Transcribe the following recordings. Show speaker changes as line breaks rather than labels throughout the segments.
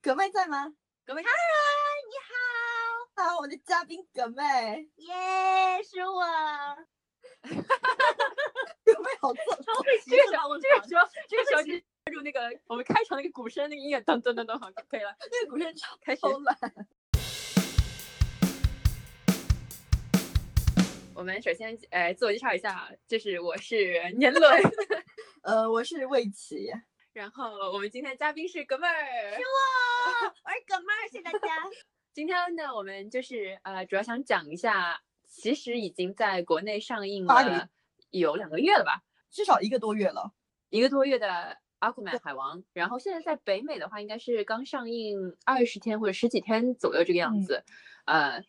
葛妹在吗？
葛妹，
你好，好，啊我们的嘉宾葛妹，
耶，是我。
葛妹好重，
超
这个时候，这个时候，这 个时候
这
就入那个我们开场那个鼓声那个音乐，噔噔噔噔，好，可以了，
那个鼓声超
开始。
懒。
我们首先呃自我介绍一下，就是我 是年轮，
呃，我是魏琪，
然后我们今天嘉宾是哥们儿。
我是葛妹儿，谢谢大家。
今天呢，我们就是呃主要想讲一下，其实已经在国内上映
八个
了有两个月了吧，
至少一个多月了。
一个多月的《阿库曼海王》，然后现在在北美的话，应该是刚上映二十天或者十几天左右这个样
嗯
子。呃，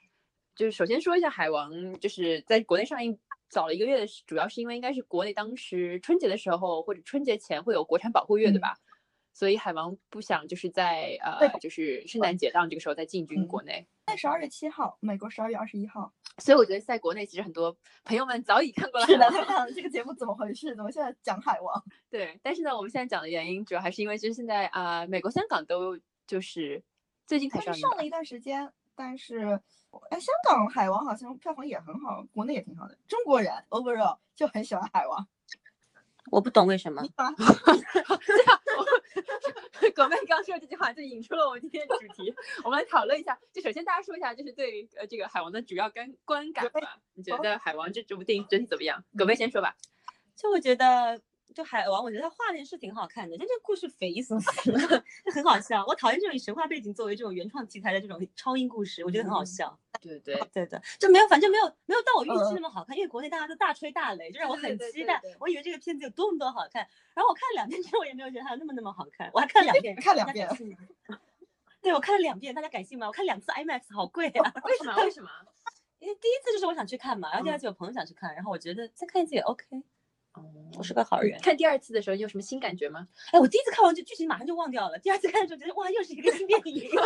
就是首先说一下《海王》，就是在国内上映早了一个月的是，主要是因为应该是国内当时春节的时候或者春节前会有国产保护月，对
嗯
吧？所以海王不想就是在
对嗯
呃，就是圣诞节档这个时候再进军国内，
在十二月七号，美国十二月二十一 号。
所以我觉得在国内其实很多朋友们早已看过了。
是的，他看了这个节目怎么回事？怎么现在讲海王？
对，但是呢，我们现在讲的原因主要还是因为就是现在啊、呃美国、香港都就是最近才
他
上
们
映
上
吧
了一段时间，但是，哎，香港海王好像票房也很好，国内也挺好的。中国人 overall 就很喜欢海王，
我不懂为什么
你，懂吗？
对啊， 我葛妹刚说这句话就引出了我们今天的主题，我们来讨论一下。就首先大家说一下，就是对于呃这个海王的主要观观感
葛妹
吧。你觉得海王这这部电影整体怎么样？
嗯
葛妹先说吧。
就我觉得，就海王，我觉得他画面是挺好看的，但这个故事匪夷所思， 就很好笑。我讨厌这种以神话背景作为这种原创题材的这种超英故事，我觉得很好
嗯
笑。
对对
对的，就没有，反正没有没有到我预
嗯
期那么好看，因为国内大家都大吹大擂，就让我
对
很
对
期
对
待
对，
我以为这个片子有多么多么好看。然后我看了两遍之后，我也没有觉得它有那么那么好看，我还看了两遍，
看两
大家
遍
敢信吗？ 对，我看了两遍，大家敢信吗？我看两次 IMAX 好贵啊！
为 什么？为什么？
因为第一次就是我想去看嘛，然后第二
嗯
次有朋友想去看，然后我觉得再看一次也 OK，我
哦，
是个好人。
看第二次的时候你有什么新感觉吗？
哎，我第一次看完这剧情马上就忘掉了，第二次看的时候觉得哇，又是一个新电影。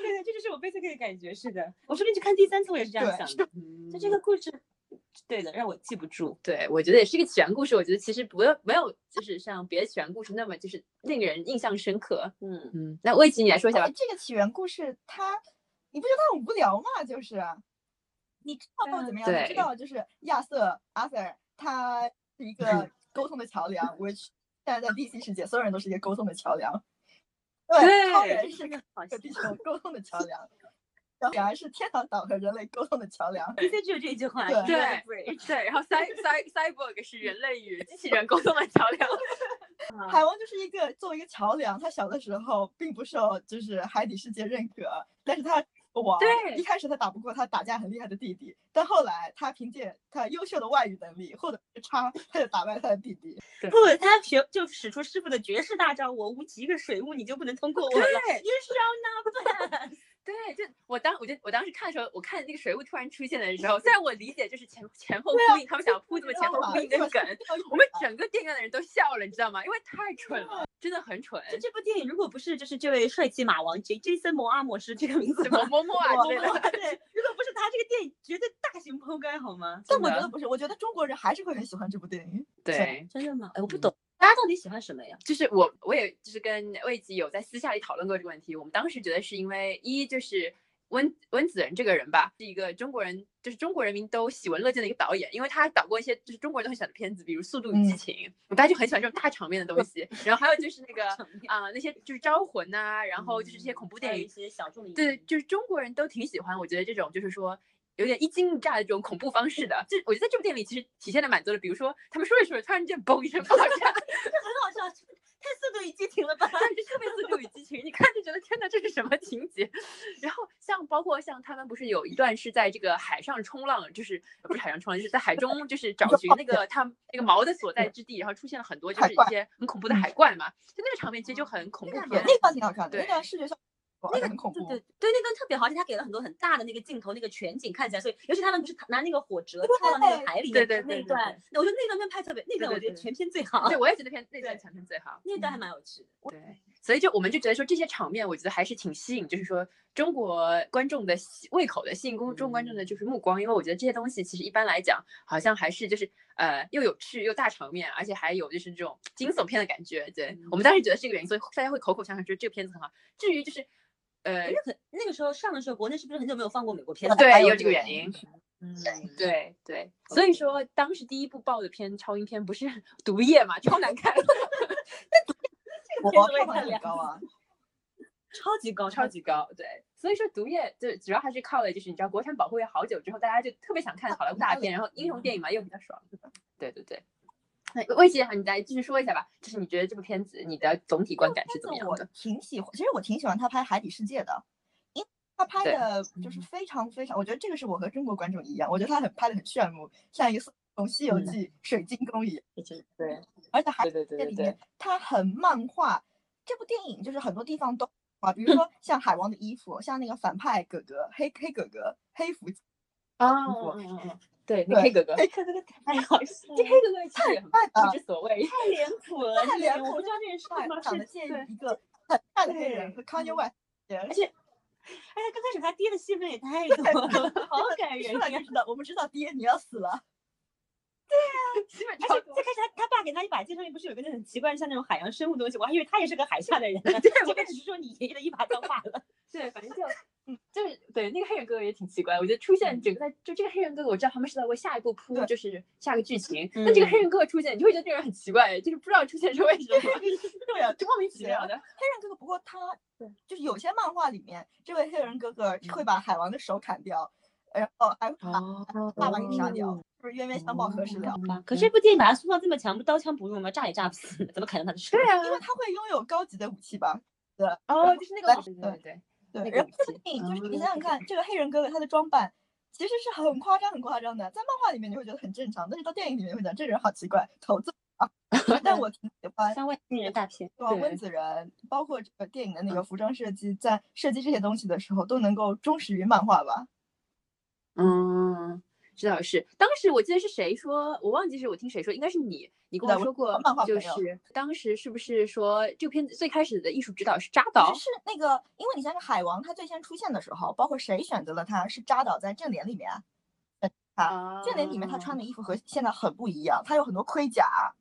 对对，这就是我 basically 的感觉，是的。我说不定去看第三次，我也是这样
对
想
是
的。
嗯
就这个故事，对的，让我记不住。
对，我觉得也是一个起源故事。我觉得其实不要没有，就是像别的起源故事那么就是令人印象深刻。
嗯，
嗯，那魏琪你来说一下
哎
吧。
这个起源故事，它你不觉得它很无聊吗？就是你知道
嗯
怎么样？你
对
知道就是亚瑟阿 Sir 他是一 个沟通的桥梁，which 现在在 DC 世界，所有人都是一个沟通的桥梁。对，超
对
人是个
好
和地球沟通的桥梁，然后显然是天堂岛和人类沟通的桥梁。
，DC 只有这一句话。
对
You are the
对
brave
对，然后 cy cy cyborg 是人类与机器 人沟通的桥梁。嗯
海王就是一个作为一个桥梁，他小的时候并不受就是海底世界认可，但是他王
对
一开始他打不过他打架很厉害的弟弟，但后来他凭借他优秀的外语能力获得一个叉，他就打败他的弟弟。
不，他学就使出师傅的绝世大招，我无极个水雾，你就不能通过我了。You shall not pass。
对，就我当我就我当时看的时候，我看那个水雾突然出现的 时候，虽然我理解就是前前后
对啊
呼应，他们想要铺这么前 后呼应的梗，我们整个电影院的人都笑了，你知道吗？因为太蠢了，真的很 蠢。
就这部电影，如果不是就是这位帅气马王 J Jason 摩阿摩是这个名字
什
吗
么？摸摸啊
我
之类
摸摸
的，
啊
对，如果不是他，这个电影绝对大型抛开好吗？
但我
真
觉
的
得不是，我觉得中国人还是会很喜欢这部电影。
对，
真的吗？哎，我不
嗯
懂，大家到底喜欢什么呀？
就是我，我也就是跟魏吉有在私下里讨论过这个问题。我们当时觉得是因为一就是温温子仁这个人吧，是一个中国人，就是中国人民都喜闻乐见的一个导演，因为他导过一些就是中国人都很喜欢的片子，比如《速度与激
嗯
情》大家就很喜欢这种大场面的东西。然后还有就是那个
场面
啊、那些就是《招魂》呐，然后就是这些恐怖电
还有
影
一，些小众的，
对，，就是中国人都挺喜欢。我觉得这种就是说。有点一惊一乍的这种恐怖方式的，这我觉得在这部电影里其实体现的蛮多的。比如说，他们说着说着，突然间嘣一声爆炸，
很好笑，太速度与激情了吧？
但是特别四度与激情，你看就觉得天呐，这是什么情节？ 然后像包括像他们不是有一段是在这个海上冲浪，就是呃不是海上冲浪，就是在海中就是找寻那个他们那个锚的所在之地，然后出现了很多就
海
是一
怪嗯
些很恐怖的海怪嘛，就那个场面其实就很恐怖
那
片
个。那段挺好看的，
对
那段视觉上哇很恐
对
怖。
对对，那段特别好，而且他给了很多很大的那个镜头，那个全景看起来，所以尤其他们不是拿那个火折跳到那个海里
对
面
对
那
对
一
对
段，那我觉得那段片拍特别，那
对
段我
对
觉得
对
全片最好
对，，我也觉得片那段
对
强片最好。
那段还蛮有趣的。
对，所以就我们就觉得说这些场面，我觉得还是挺吸引，就是说中国观众的吸胃口的，吸引公众观众的就是目光，因为我觉得这些东西其实一般来讲，好像还是就是呃又有趣又大场面，而且还有就是这种惊悚片的感觉。对我们当时觉得是这个原因，所以大家会口口相传说这个片子很好。至于就是呃
那可那个时候上的时候，国内是不是很久没有放过美国片了？
对
还
有这个原因。
嗯，
对对，所以说当时第一部爆的片超英片不是 《毒液》嘛，超难看。
我票
这个片子我也
房
看
很
了，
高啊，
超级高，
超
超
级高，对。所以说，毒液就主要还是靠了，就是你知道，国产保护业好久之后，大家就特别想看好莱坞大片，然后英雄电影嘛又比较爽。对对对。那魏姐，你来继续说一下吧，就是你觉得这部片子你的总体观感是怎么样
我
的？
挺喜欢，其实我挺喜欢他拍《海底世界》的，因为他拍
对嗯
的就是非常非常，我觉得这个是我和中国观众一样，我觉得他很拍的很炫目，像一个从《西游
嗯
记》水晶宫一样，
对
而且还
对对对
这
对
里
对
面，它很漫画。这部电影就是很多地方都啊，
嗯
比如说像海王的衣服，像那个反派哥哥黑黑哥哥黑服，
啊，
哦嗯
对，那黑哥 哥，
黑哥哥太好笑
这
了，
黑哥哥其实也很不知所
哦
谓，
太脸谱了，
太
这
脸
个我
谱
不
了
知道这是
帅
什么
长得
是
介
对哎
于一个很帅的黑人
嗯
对
和康 a 外 y
而且，哎呀，刚开始 他爹的戏份也太多了，好感人
出来就
呀！
知道，我们知道爹你要死了，
基本
而
上
且最开始他他爸给他一把剑，上面不是有个那很奇怪像那种海洋生物东西，我还以为他也是个海下的人 呢。
对
结果只是说你爷爷的一把刀罢了。
对，反正就嗯，就是对那个黑人哥哥也挺奇怪。我觉得出现整个在就这个黑人哥哥，我知道他们是在为下一步铺，
嗯对
就是下个剧情。那这个
嗯
黑人哥哥出现，你就会觉得这个人很奇怪，就是不知道出现是为什么，
对啊，
就 莫名其
对
妙
啊
的。
黑人哥哥，不过他就是有些漫画里面，这位黑人哥哥会把海王的手砍掉，然后还会把
嗯哦
爸爸给杀掉，是不是冤冤相报何时了？
吧？可是这部电影把他塑造这么强，不刀枪不入吗？炸也炸不死，怎么砍到他的手？
对啊，
因为他会拥有高级的武器吧？
哦，就是那个老，对
对
对对，
对，
那个
然后
武
这
器
部电影就是
嗯
你想想看，这个黑人哥哥他的装扮其实是很夸张、很夸张的，在漫画里面你会觉得很正常，但是到电影里面会讲这人好奇怪，头子啊。但我挺喜 欢
像外星人大片，
对吧温
对嗯
子仁，包括这个电影的那个服装设计，在设计这些东西的时候都能够忠实于漫画吧。
嗯。这倒是，当时我记得是谁说，我忘记是我听谁说，应该是你，你跟
是的
我
我
说过
漫画，
就
朋友
是当时是不是说这个片子最开始的艺术指导是扎
其
导
实？是那个，因为你像是海王，他最先出现的时候，包括谁选择了他，是扎导在正脸里面啊，
啊
正脸里面他穿的衣服和现在很不一样，他有很多盔甲，啊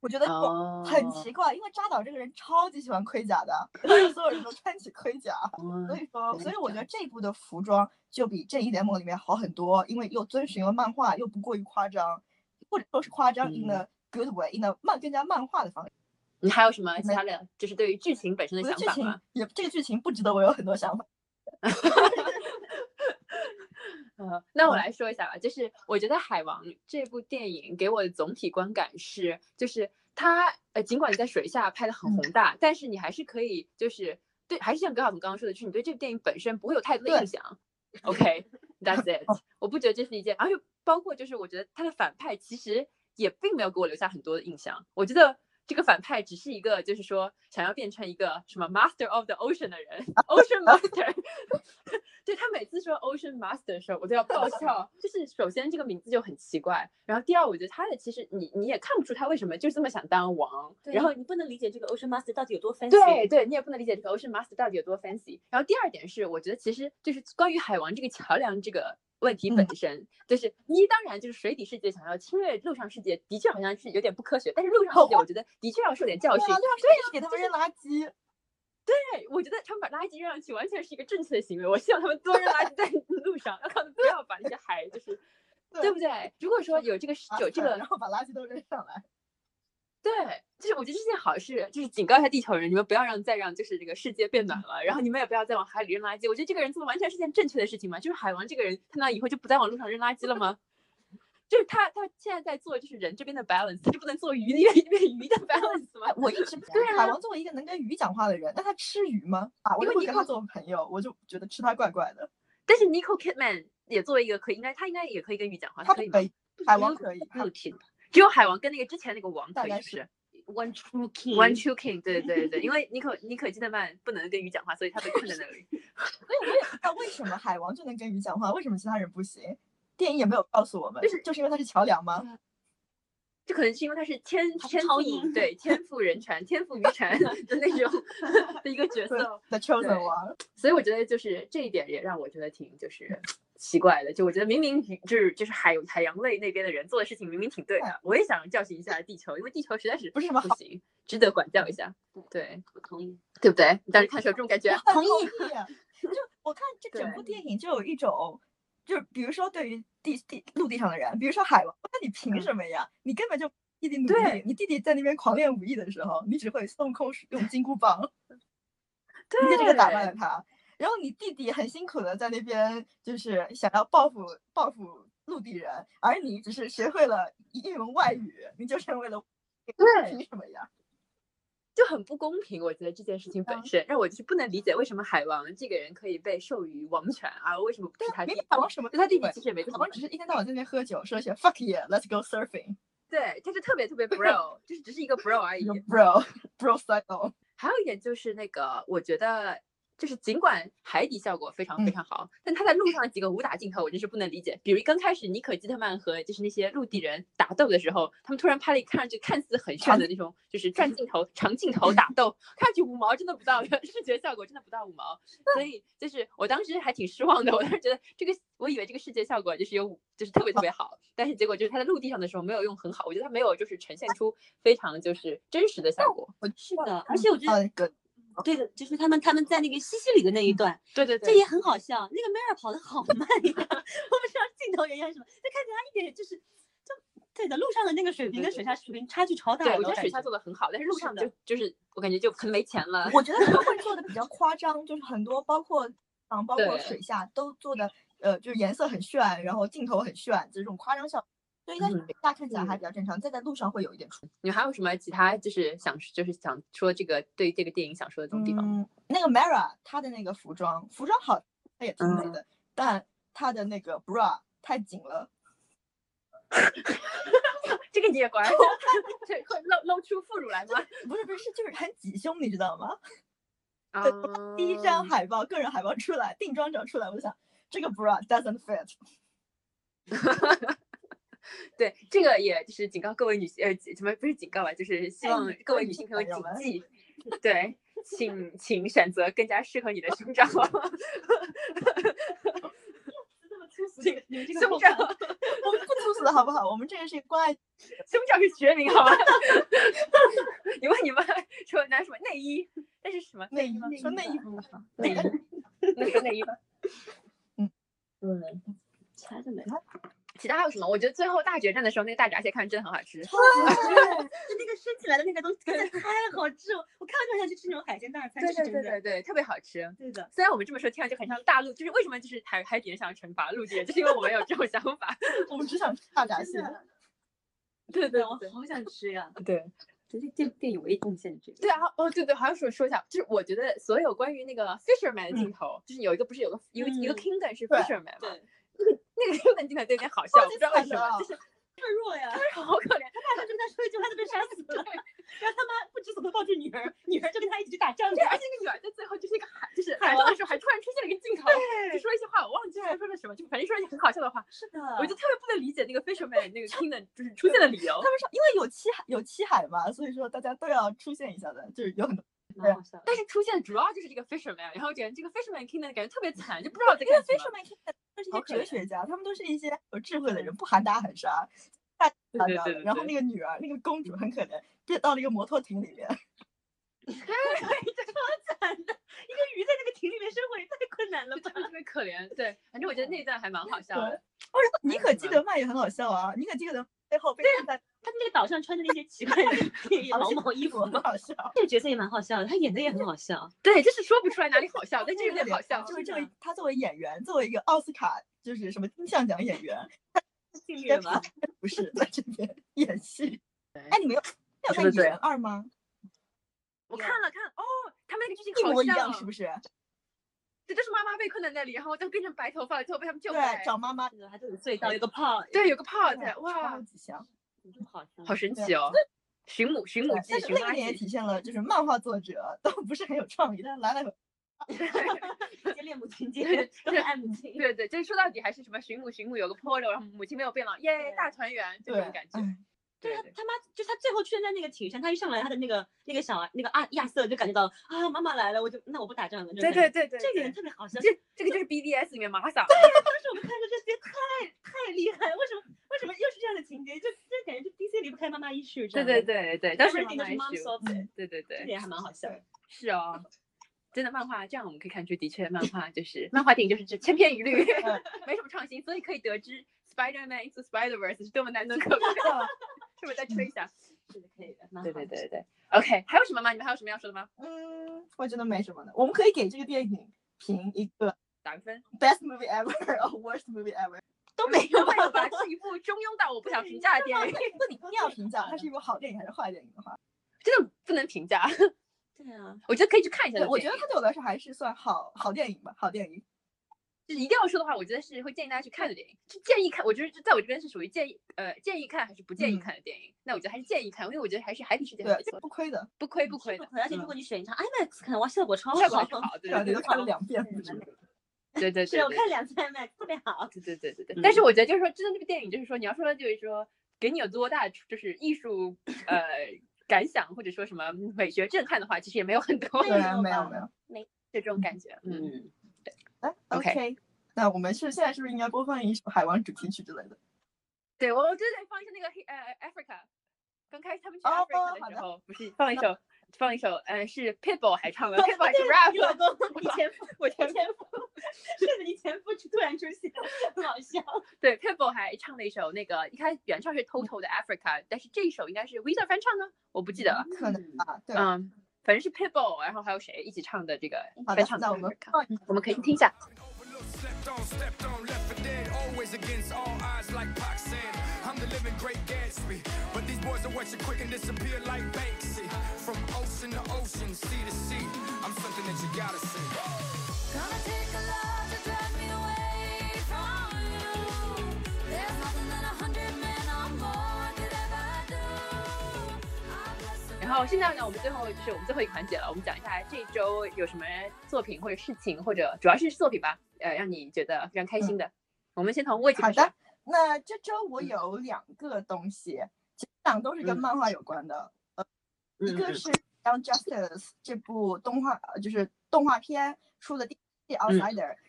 我觉得我很
哦
奇怪，因为扎导这个人超级喜欢盔甲的，他让所有人都穿起盔 甲，
嗯
所以说，
原
所以
来是
我
这
觉得这一部的服装就比《正义联盟》里面好很多，因为又遵循了漫画，又不过于夸张，或者说是夸张 in
嗯
a good way，in a 漫更加漫画的方式。
你还有什么其
没
他的，就是对于剧情本身
我
的
觉得
想
剧
法
情
吗？
也这个剧情不值得我有很多想法。
呃，那我
嗯
来说一下吧，就是我觉得《海王》这部电影给我的总体观感是，就是它呃，尽管你在水下拍的很
嗯
宏大，但是你还是可以就是对，还是像葛晓彤刚刚说的，就是你对这部电影本身不会有太多的
对
印象。OK，that's、it。我不觉得这是一件，而且包括就是我觉得他的反派其实也并没有给我留下很多的印象。我觉得这个反派只是一个，就是说想要变成一个什么 Master of the Ocean 的人，Ocean Master。对他每次说 Ocean Master 的时候，我都要爆笑。就是首先这个名字就很奇怪，然后第二，我觉得他的其实你你也看不出他为什么就这么想当王，然
然
后
后你不能理解这个 Ocean Master 到底有多 fancy。
对对，你也不能理解这个 Ocean Master 到底有多 fancy。然后第二点是，我觉得其实就是关于海王这个桥梁这个问题本
嗯
身，就是一当然就是水底世界想要侵略陆上世界，的确好像是有点不科学，但是陆上
哦
世界我觉得的确要受点教
对
训。
啊，廖是给他们扔垃圾，
对，我觉得他们把垃圾扔上去完全是一个正确的行为。我希望他们多扔垃圾在 路上，要看不要把那些海就是。
对啊
对不对？如果说有这个是有这 个
然后把垃圾都扔上来。
对，就是我觉得这件好事，就是警告一下地球人，你们不要让再让就是这个世界变暖了，然后你们也不要再往海里扔垃圾。我觉得这个人做的完全是件正确的事情嘛，就是海王这个人，看到以后就不再往路上扔垃圾了吗？ 就是他他现在在做就是人这边的 balance，他就不能做鱼那边那边鱼的 balance 吗？
我一直 不
对
解
啊
海王作为一个能跟鱼讲话的人，那他吃鱼吗？啊，我就
因为
会
你
跟
看
他做朋友，我就觉得吃他怪怪的。
但是 Nicole Kidman 也作为一个可以应该他应该也可以跟鱼讲话，
他
啊可以
不
吗
可？以，海王可以，嗯
没有听
只有海王跟那个之前那个王
大
可以，
概
是不
是
是
One True King。
？One True King，对对对对，因为尼可尼可基德曼不能跟鱼讲话，所以他被困在那里。
所以我 也不知道为什么海王就能跟鱼讲话，为什么其他人不行？电影也没有告诉我们，
就是
就是因为他是桥梁吗？
这可能是因为他是天
他是
天
超
赋
英
对天赋人传天赋于传的那种的一个角色，
The Chosen
对
One，
所以我觉得就是这一点也让我觉得挺就是奇怪的，就我觉得明明鱼就是就是海海洋类那边的人做的事情明明挺对的，我也想教训一下地球，因为地球实在是
哎不是什么嗯
不行，值得管教一下，对
我同意。
对不对？你当时看的时候有这种 感觉啊？
我很
同意
同 意。就我看这整部
对
电影就有一种，就是比如说对于地地陆地上的人，比如说海王，那你凭
嗯
什么呀？你根本就弟弟努
对
力，你弟弟在那边狂练武艺的时候，你只会孙悟空使用金箍棒，你就这个打败了他。然后你弟弟很辛苦的在那边，就是想要报复报复陆地人，而你只是学会了一门外语，你就成为了
对
凭什么呀？
就很不公平。我觉得这件事情本
嗯
身让我就是不能理解，为什么海王这个人可以被授予王权啊？为什么不是
对啊，
他弟
明
弟
明？海王什么
就他弟弟
鬼
其实也没做
好
什
像
么
只是一天到晚在那边喝酒，说一些 fuck yeah，let's go surfing，
对，他是特别特别 bro，就是只是一个 bro 而已
有。bro bro style，
还有一点就是那个，我觉得就是尽管海底效果非常非
嗯
常好，但他在路上几个武打镜头我真是不能理解。比如刚开始妮可基特曼和就是那些陆地人打斗的时候，他们突然拍了一个看上去看似很炫
长
的那种，就是转镜头、长镜头打斗，看上去五毛真的不到， 视觉效果真的不到五毛。所以就是我当时还挺失望的，我当时觉得这个我以为这个视觉效果就是有五就是特别特别好，但是结果就是他在陆地上的时候没有用很好，我觉得他没有就是呈现出非常就是真实的效果。
是的，
嗯
而且我觉
啊
得，
个
哦
对的，就是他们他们在那个西西里的那一段，
对嗯对
这也很好笑。那个 Mary 跑得好慢呀 ，我不知道镜头原因还是什么，就看起来一点就是就对的，路上的那个水
对
平跟
对
水下水平差距超大
对，
的。
我觉得
感
水下做的很好，但是路
是
上
的
就就是我感觉就可能没钱了。
我觉得他会做的比较夸张，就是很多包括嗯包括
对
水下都做的呃就是颜色很炫，然后镜头很炫，这种夸张效果。所以在
嗯
水下看起来还
嗯
比较正常，再在路上会有一点出
你还有什么其他就是想就是想说这个对这个电影想说的这种地方？
嗯，那个 Mara 她的那个服装，服装好，她也挺美的，
嗯
但她的那个 bra 太紧了，
嗯这个你也管？这会露露出副乳来 吗？
不是不是，就是很挤胸，你知道吗？
啊
对第一
嗯
张海报，个人海报出来，定妆照出来，我就想这个 bra doesn't fit。
对这个也就是警告各位女性呃什么不是警告吧，就是希
哎
望
你
各
各
位
位
女
女
性
性
朋友
朋友
谨 记，对，请请选择更加适合你的胸 罩。
这你们这个
胸
后
罩
半
我们不粗俗的好不好？我们这个是关爱，
胸罩是学名好吗？ 你问你妈说拿什么内衣？ 那是什么
内
衣吗？
衣说内衣
部分
内
对
那说内衣吧。
嗯
嗯，
其他就没了。
其他还有什么？我觉得最后大决战的时候，那个大闸蟹看着真的很好吃。
超好吃，就那个升起来的那个东西，真的 太好吃了！我看完就很想去吃那种海鲜大餐，这是真的。
对，特别好吃。
对的，
虽然我们这么说，听上去很像大陆，就是为什么就是海海底人想要惩罚陆地人，就是因为我们有这种想法。
我们只想大闸蟹
真。的，
对
对，我好想吃呀！
对
对，这电电影唯一贡献这个。
对啊，哦对对，还要说说一下，就是我觉得所有关于那个 fisherman 的镜头，就是有一个不是有个有个一个
嗯
kingdom 是
对
fisherman 嘛，
对，
那个 kingdom 哦镜头就有点好笑，我不知道为
惨
什么，
了
就是
脆 弱呀！
好可怜。
他爸就跟他说一句，他就被杀死了。 然后他妈不知所措抱住女儿，女儿就跟他一起去打仗去
对，
了。
而且那个女儿在最后就是那个海，就是海
海
上
王
的时候还突然出现了一个 镜头，就说一些话，我忘记他说了什么，就反正说了一些很好笑的话，
是的，
我就特别不能理解那个 fisherman 那个 king 的嗯就是出现的理由
他。们说，因为有七海有七海嘛，所以说大家都要出现一下的，就是有很多。
蛮好笑的。
但是出现的主要就是这个 fisherman，然后感觉这个 fisherman king 的感觉 特别惨，就不知道在
因为
干什
fisherman
么。
都是一
好
些哲
可怜啊嗯
学家，他们都是一些有智慧的人，不喊打喊杀。大
对
家
对
知道
对
的
对
然后
对
那个女儿，那个公主很可怜，变到了一个摩托艇里 面。
惨的，一个鱼在那个艇里面生活也太困难了
就
吧
特？别特别可怜，对，反正我觉得那一段还蛮好笑
对
的。
哦，然后
还
妮
有
可
什
基
么
德曼也很好笑啊，妮可基德曼背后被
啊
困在
他们那个岛上穿的那些奇怪 的毛毛衣服，
很好笑。
这个角色也蛮好笑的，他演的也很 好笑。
对，就是说不出来哪里好 笑，但
这
是有点好笑。
就是
这
作
样
为他作为演员，作为一个奥斯卡就是什么金像奖演 员，
幸
应该
运吧？
不是在这边演戏。
对
哎，你没有没有
说
看
得
《蚁
对
人二》吗？
我看了看，哦，他们那个剧
一
情好
模一
像
样，是不
是？
是？
对，就是妈妈被困在那里，然后就变成白头发了，最后被他们救回来
对，。找妈妈，
还都有隧道，有个炮，
对，有个泡
对
在，
超
哇，
级像。
好笑。
好神
对
奇哦！寻母寻
对
母
但
记
是
寻
另
妈
一点也
记，
体现了，就是漫画作者都不是很有创意，但是来来回
直接恋母 情节，都很爱母亲。
对对，就是说到底还是什么寻母寻母有个 polo，然后母亲没有变老，耶，大团圆就这种
对
感，觉。
哎
就
对
是他
对
他妈，就是他最后出现在那个体育场，他一上来他的那个那个小啊那个阿亚瑟就感觉到啊妈妈来了，我就那我不打仗了。这
对
种感
对对
觉
对，
这个
对
人特别好笑。
这这个就是啊 BBS 里面玛莎，
当时我们看着这些太太厉害了，为什么为什么又是这样的情节？就就感觉就 DC 离不开妈妈 issue 这
对
样
对
的。
对对，当时
，everything 都是 mom
issue，
solves it，
对对
这
嗯对，
点还
嗯
蛮好笑的。
是哦，真的漫画这样我们可以看出，的确漫画就是 嗯漫画电影就是这千篇一 律，没什么创新，所以可以得知 Spider-Man into Spider-Verse 是多么难能可贵。是不是再吹一下？
是的，可以的，蛮
对
好
对
的。
对对，OK，还有什么吗？你们还有什么要说的吗？
嗯，我觉得没什么的。我们可以给这个电影评一个
打个分，
best movie ever or worst movie ever，
都没有办法，是一部中庸到我不想评价的电影，
那你一定要评价它是一部好电影还是坏电影的话，
真的不能评价。
对啊，
我觉得可以去看一下这
对
个电影。
我觉得它对我来说还是算好好电影吧，好电影。
就是一定要说的话，我觉得是会建议大家去看的电影，就建议看。我觉得就在我这边是属于建议，呃，建议看还是不建议
嗯
看的电影。那我觉得还是建议看，因为我觉得还是海底世界还
对
不，错，
不亏的，
不亏不亏
是
的，
的而且如果你选一场 IMAX 看，哇，效果超
嗯效果还
好
是。 好，对
对吧？你
对对
都看了两遍，嗯
对蛮
对对
是
对
我
对
看两次 IMAX 特别好。
对对对对对。
嗯
但是我觉得就是说，真的这个电影就是说，你要说就是说给你有多大的就是艺术呃感想或者说什么美学震撼的话，其实也没有很多
对啊
对啊
没有
没有
吧
没有。
这种感觉。嗯，
嗯，
哎
OK
，OK，那我们是现在是不是应该播放一首海王主题曲之类的？
对我我就得放一下那个黑呃 Africa，刚开始他们去
哦
Africa
好
的时
的
候，不是放一首放一首呃是 Pitbull 还唱的 Pitbull 还是 rap
你老
的。
公，你前夫，
我前
你前夫，是的，你前夫突然出现，很好笑。
对 Pitbull 还唱了一首那个，你看原唱是
嗯
Toto 的 Africa，但是这一首应该是 Weezer 翻唱呢，我不记得了。
可能吧，对。
嗯，反正是 Pitbull，然后还有谁一起唱的这个
好
翻
的
唱，的
那我们
Africa，
放一
我们可以去听一下。
Overlooked, slept on, stepped on, left for dead. Always against all odds, like Pac said. I'm the living great Gatsby. But these boys will watch you quick and disappear like Banksy. From ocean to ocean, sea to sea. I'm something that you gotta see.
Gonna take a lot to drive me away from you. There's nothing that a hundred men or more could ever do. I bless the
然后现在呢，我们最后就是我们最后一个环节了，我们讲一下这周有什么作品或者事情，或者主要是作品吧，呃，让你觉得非常开心的。我们先从魏姐
嗯好
开始
的，那这周我
嗯
有两个东西，其实两个都是跟
嗯
漫画有关的。
嗯
一个
嗯
是《Young Justice》这部动画，呃就是动画片出的第一季《Outsider》，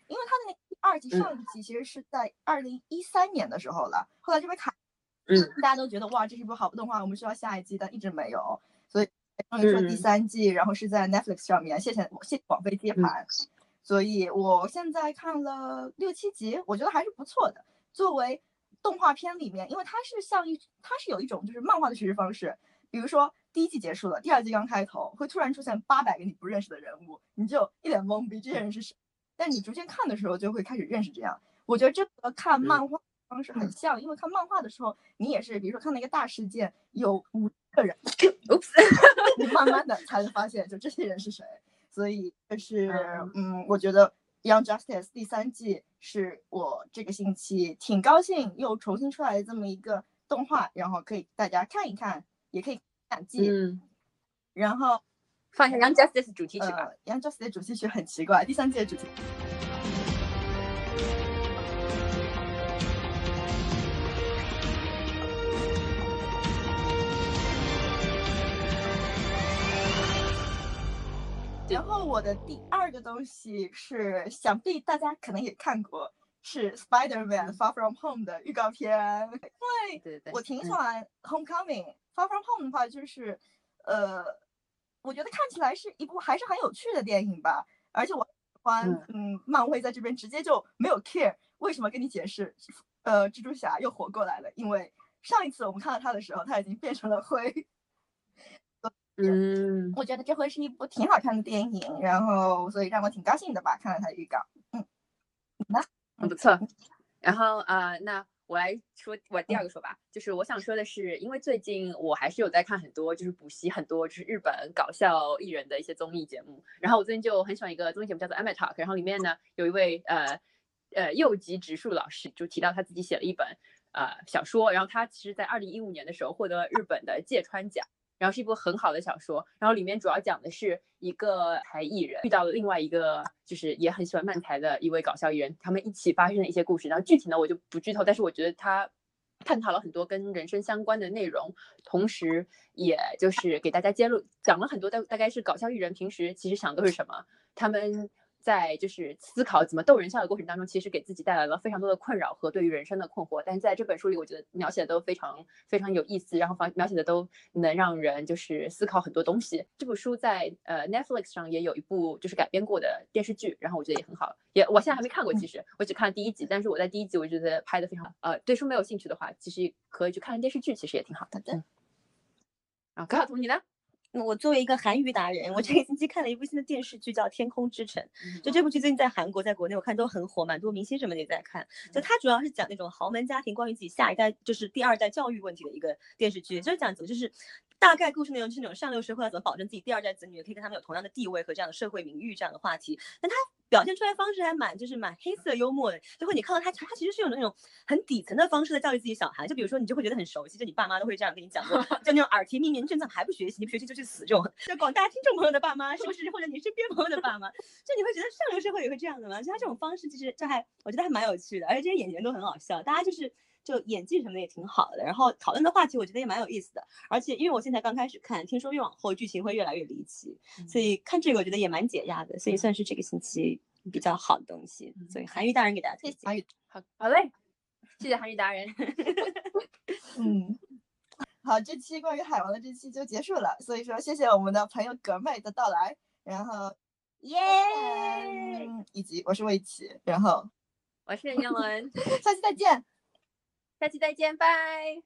因为它的那个第二季、
嗯
上一季其实是在二零一三年的时候了，后来就被卡。
嗯，
大家都觉得哇，这是一部好动画，我们需要下一季，但一直没有，所以终于说第
嗯
三季，然后是在 Netflix 上面，谢谢谢谢网飞接
嗯
盘。所以我现在看了六七集，我觉得还是不错的。作为动画片里面，因为它是像一，它是有一种就是漫画的叙事方式，比如说第一季结束了，第二季刚开头，会突然出现八百个你不认识的人物，你就一脸懵逼，这些人是谁？但你逐渐看的时候，就会开始认识这样。我觉得这和
嗯
看漫画方式很像，因为看漫画的时候，你也是，比如说看到一个大事件，有五个人，
，Oops，
你慢慢的才能发现，就这些人是谁。所以就是
嗯，
嗯，我觉得《Young Justice》第三季是我这个星期挺高兴又重新出来的这么一个动画，然后可以大家看一看，也可以看两季。
嗯，
然后，
放一下《Young Justice》主题曲
呃，
吧。
《Young Justice》的主题曲很奇怪，第三季的主题曲然后我的第二个东西是，想必大家可能也看过，是 Spider-Man Far From Home 的预告片。
对对对，
我挺喜
嗯
欢 Homecoming、Far From Home 的话，就是呃，我觉得看起来是一部还是很有趣的电影吧，而且我喜欢
嗯
嗯漫威在这边直接就没有 care 为什么跟你解释，呃，蜘蛛侠又活过来了，因为上一次我们看到他的时候，他已经变成了灰。
嗯，
我觉得这会是一部挺好看的电影，然后所以让我挺高兴的吧，看了它的预告。嗯
很不错。然后呃，那我来说，我第二个说吧，就是我想说的是，因为最近我还是有在看很多，就是补习很多就是日本搞笑艺人的一些综艺节目。然后我最近就很喜欢一个综艺节目叫做《a m a Talk》，然后里面呢有一位呃呃右吉直树老师就提到他自己写了一本呃小说，然后他其实在二零一五年的时候获得日本的芥川奖。然后是一部很好的小说，然后里面主要讲的是一个台艺人遇到了另外一个就是也很喜欢漫才的一位搞笑艺人，他们一起发生的一些故事。然后具体呢我就不剧透，但是我觉得他探讨了很多跟人生相关的内容，同时也就是给大家揭露讲了很多大大概是搞笑艺人平时其实想的都是什么，他们在就是思考怎么逗人笑的过程当中，其实给自己带来了非常多的困扰和对于人生的困惑。但是在这本书里，我觉得描写的都非常非常有意思，然后描描写的都能让人就是思考很多东西。这部书在呃 Netflix 上也有一部就是改编过的电视剧，然后我觉得也很好，也我现在还没看过，其实我只看了第一集，但是我在第一集我觉得拍的非常好呃，对书没有兴趣的话，其实可以去看电视剧，其实也挺好的。嗯啊，高晓彤，你呢？
那我作为一个韩语达人，我这个星期看了一部新的电视剧，叫《天空之城》。就这部剧最近在韩国、在国内我看都很火，蛮多明星什么的也在看。就它主要是讲那种豪门家庭关于自己下一代，就是第二代教育问题的一个电视剧，就是讲怎么就是大概故事内容就是那种上流社会要怎么保证自己第二代子女可以跟他们有同样的地位和这样的社会名誉这样的话题。但它表现出来方式还蛮就是蛮黑色幽默的，就会你看到他他其实是有那种很底层的方式在教育自己小孩，就比如说你就会觉得很熟悉，就你爸妈都会这样跟你讲过，就那种耳提面命，你正常还不学习，你不学习就去死这种。就广大听众朋友的爸妈是不是，或者你身边朋友的爸妈， 就你会觉得上流社会也会这样的吗？就他这种方式其实这还我觉得还蛮有趣的，而且这些演员都很好笑，大家就是。就演技什么的也挺好的，然后讨论的话题我觉得也蛮有意思的，而且因为我现在刚开始看，听说越往后剧情会越来越离奇，所以看这个我觉得也蛮解压的，所以算是这个星期比较好的东西。所以韩愈大人给大家推荐。
韩语，
好，好嘞，谢谢韩语达人。
嗯。好，这期关于海王的这期就结束了，所以说谢谢我们的朋友格妹的到来，然后
耶
嗯，以及我是魏琪，然后
我是杨文，
下期再见。
下期再见，拜。